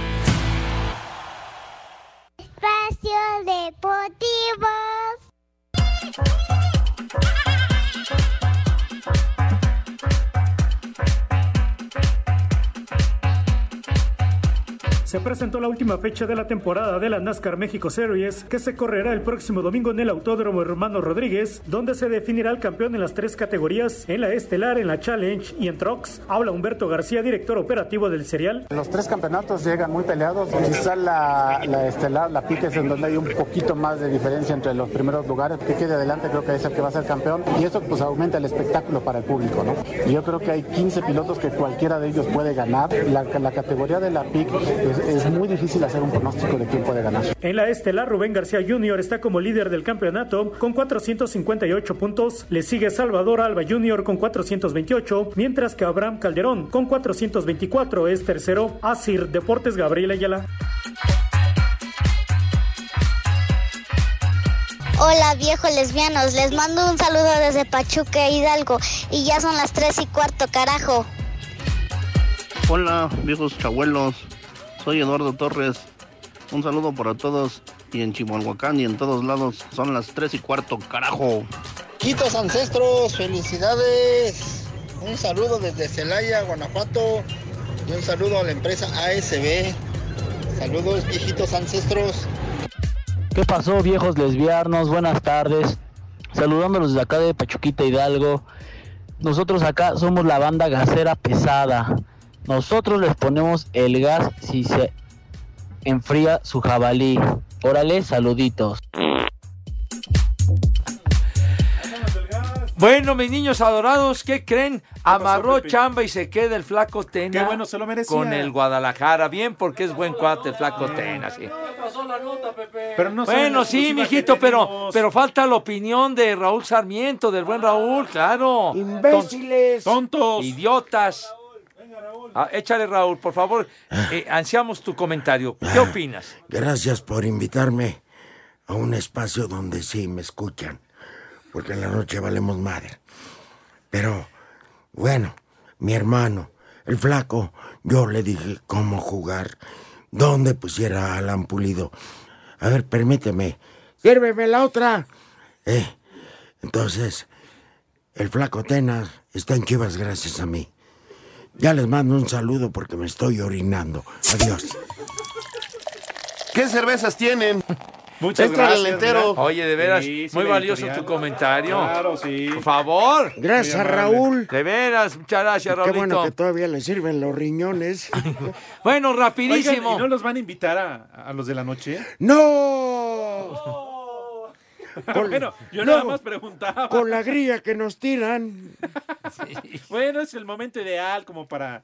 Espacio Deportivo.
Se presentó la última fecha de la temporada de la NASCAR México Series, que se correrá el próximo domingo en el Autódromo Hermano Rodríguez, donde se definirá el campeón en las tres categorías, en la Estelar, en la Challenge y en Trucks. Habla Humberto García, director operativo del serial.
Los tres campeonatos llegan muy peleados. Quizá la, la estelar, la pique es en donde hay un poquito más de diferencia entre los primeros lugares. Que quede adelante creo que es el que va a ser campeón. Y eso pues aumenta el espectáculo para el público, ¿no? Y Yo creo que hay 15 pilotos que cualquiera de ellos puede ganar. La, la categoría de la pique es, es muy difícil hacer un pronóstico de quién puede ganar.
En la Estelar, Rubén García Jr. está como líder del campeonato con 458 puntos. Le sigue Salvador Alba Jr. con 428, mientras que Abraham Calderón con 424 es tercero. Asir Deportes Gabriel Ayala.
Hola viejos lesbianos, les mando un saludo desde Pachuca Hidalgo y ya son las 3 y cuarto, carajo.
Hola, viejos chabuelos. Soy Eduardo Torres. Un saludo para todos. Y en Chimalhuacán y en todos lados son las tres y cuarto, carajo.
Quitos ancestros, felicidades. Pues, Un saludo desde Celaya, Guanajuato. Y un saludo a la empresa ASB. Saludos, viejitos ancestros.
¿Qué pasó, viejos lesbianos? Buenas tardes. Saludándolos desde acá de Pachuquita Hidalgo. Nosotros acá somos la banda gasera pesada. Nosotros les ponemos el gas si se enfría su jabalí. Órale, saluditos.
Bueno, mis niños adorados, ¿qué creen? Amarró
Pepe?
chamba y se queda el flaco Tena.
Qué bueno, se lo merecía.
Con el Guadalajara, bien, porque es buen cuate el flaco Tena, sí.
Pero no saben
bueno,
la
sí,
exclusiva que
mijito, pero,
tenemos.
pero falta la opinión de Raúl Sarmiento, del buen Raúl, claro.
Imbéciles.
Tontos. Idiotas. Ah, échale, Raúl, por favor. Eh, ansiamos tu comentario. ¿Qué opinas?
Gracias por invitarme a un espacio donde sí me escuchan, porque en la noche valemos madre. Pero, bueno, mi hermano, el flaco, yo le dije cómo jugar, dónde pusiera a Alan Pulido. A ver, permíteme, sírveme la otra. Eh, entonces, el flaco Tenas está en Chivas gracias a mí. Ya les mando un saludo porque me estoy orinando. Adiós.
¿Qué cervezas tienen?
Muchas
Échale
gracias,
el entero.
mira. Oye, de veras,
Sí, sí,
muy
el
valioso
editorial.
tu comentario.
Claro,
sí. Por favor.
Gracias, Muy amable. Raúl.
De veras, muchas gracias,
Qué
Raúlito.
bueno que todavía le sirven los riñones. *laughs*
Bueno,
Oigan,
rapidísimo.
¿y no los van a invitar a, a los de la noche?
¡No!
bueno, yo
no,
nada más preguntaba.
Con la
*laughs*
grilla que nos tiran.
Bueno, es el momento ideal como para...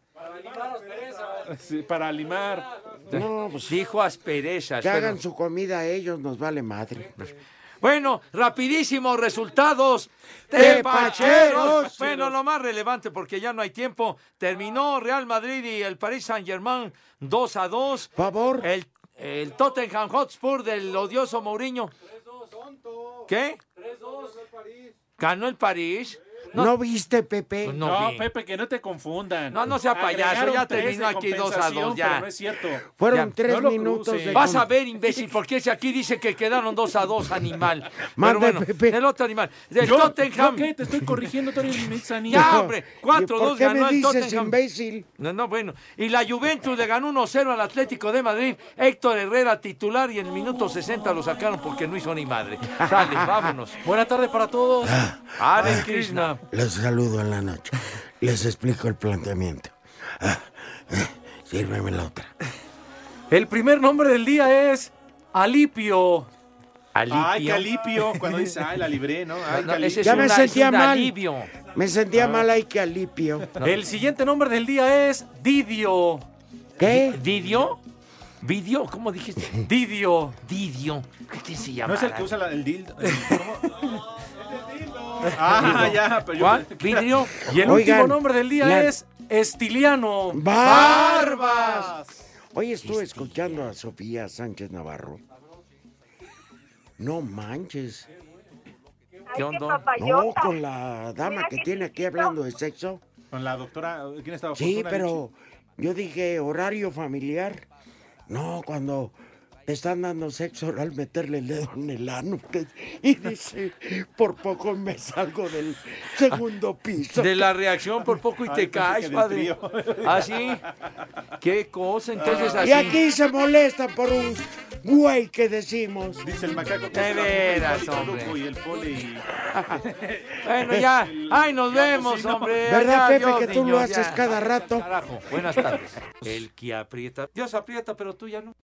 Sí, Para limar
No, pues,
Dijo asperezas.
que hagan
pero-
su comida a ellos, nos vale madre.
Bueno, rapidísimo, resultados.
Tepacheros.
Bueno, lo más relevante, porque ya no hay tiempo. Terminó Real Madrid y el Paris Saint-Germain 2 a 2.
Favor.
El, el Tottenham Hotspur del odioso Mourinho. ¿Qué? Ganó el París.
¿No, viste, Pepe?
No, Pepe, que no te confundan.
No, no sea payaso,
Agregaron
ya
tres
terminó
de
aquí dos a
compensación,
dos, ya.
pero no es cierto.
Fueron
Ya.
tres
No lo
minutos
cruces.
de...
Vas a ver, imbécil, porque ese aquí dice que quedaron dos a dos, animal.
*laughs* Mande,
Pero bueno, el otro animal. Del
Yo-
Tottenham.
¿yo qué? Te estoy corrigiendo, tú eres mezanino.
Ya, hombre,
¿Por
4-2
qué
ganó
me
el
dices,
Tottenham.
imbécil?
No, no, bueno. Y la Juventus le ganó 1-0 al Atlético de Madrid. Héctor Herrera titular y en minuto 60 lo sacaron porque no hizo ni madre. Sale, vámonos. Ah,
Buena tarde para todos.
Hare Krishna.
Los saludo en la noche. Les explico el planteamiento. Ah, eh, sírveme la otra.
El primer nombre del día es Alipio.
Ay, Calipio, cuando dice, ay, la libré, ¿no? Ay,
No, no,
Calipio.
ese es
Ya me
una-
sentía
es un
mal.
alivio.
Me sentía
Ah.
mal ahí que alipio.
El siguiente nombre del día es Didio.
¿Qué?
¿Didio? ¿Vidio? ¿Cómo dijiste?
Didio.
Didio. ¿Qué te se llama?
¿No es el que usa la-
*laughs*
el dildo? Ah, *laughs* ya, pero yo-
¿Cuál? ¿Vidrio?
Y el
Oigan,
último nombre del día
la-
es Estiliano.
¡Barbas! Hoy estuve escuchando a Sofía Sánchez Navarro. No manches.
¿Qué onda?
No, con la dama que tiene aquí hablando de sexo.
Con la doctora, ¿quién estaba?
Sí, pero yo dije horario familiar. No, cuando te están dando sexo oral, meterle el dedo en el ano. que- Y dice, por poco me salgo del segundo piso.
De la reacción por poco y
Ah,
Ay,
te
pensé
caes,
que del
padre.
*laughs*
trío.
Así. Qué cosa, entonces
Ah.
así.
Y aquí se molesta por un güey que decimos.
Dice el macaco que
De
es la-
veras,
el poli
hombre.
Toluco Y el poli.
Bueno, ya. Ay, nos
pues,
vemos, hombre. Ya,
¿Verdad, Pepe,
Dios,
que tú
niño,
lo haces
ya.
cada rato?
Oh, Carajo, buenas tardes. El que aprieta. Dios aprieta, pero tú ya no.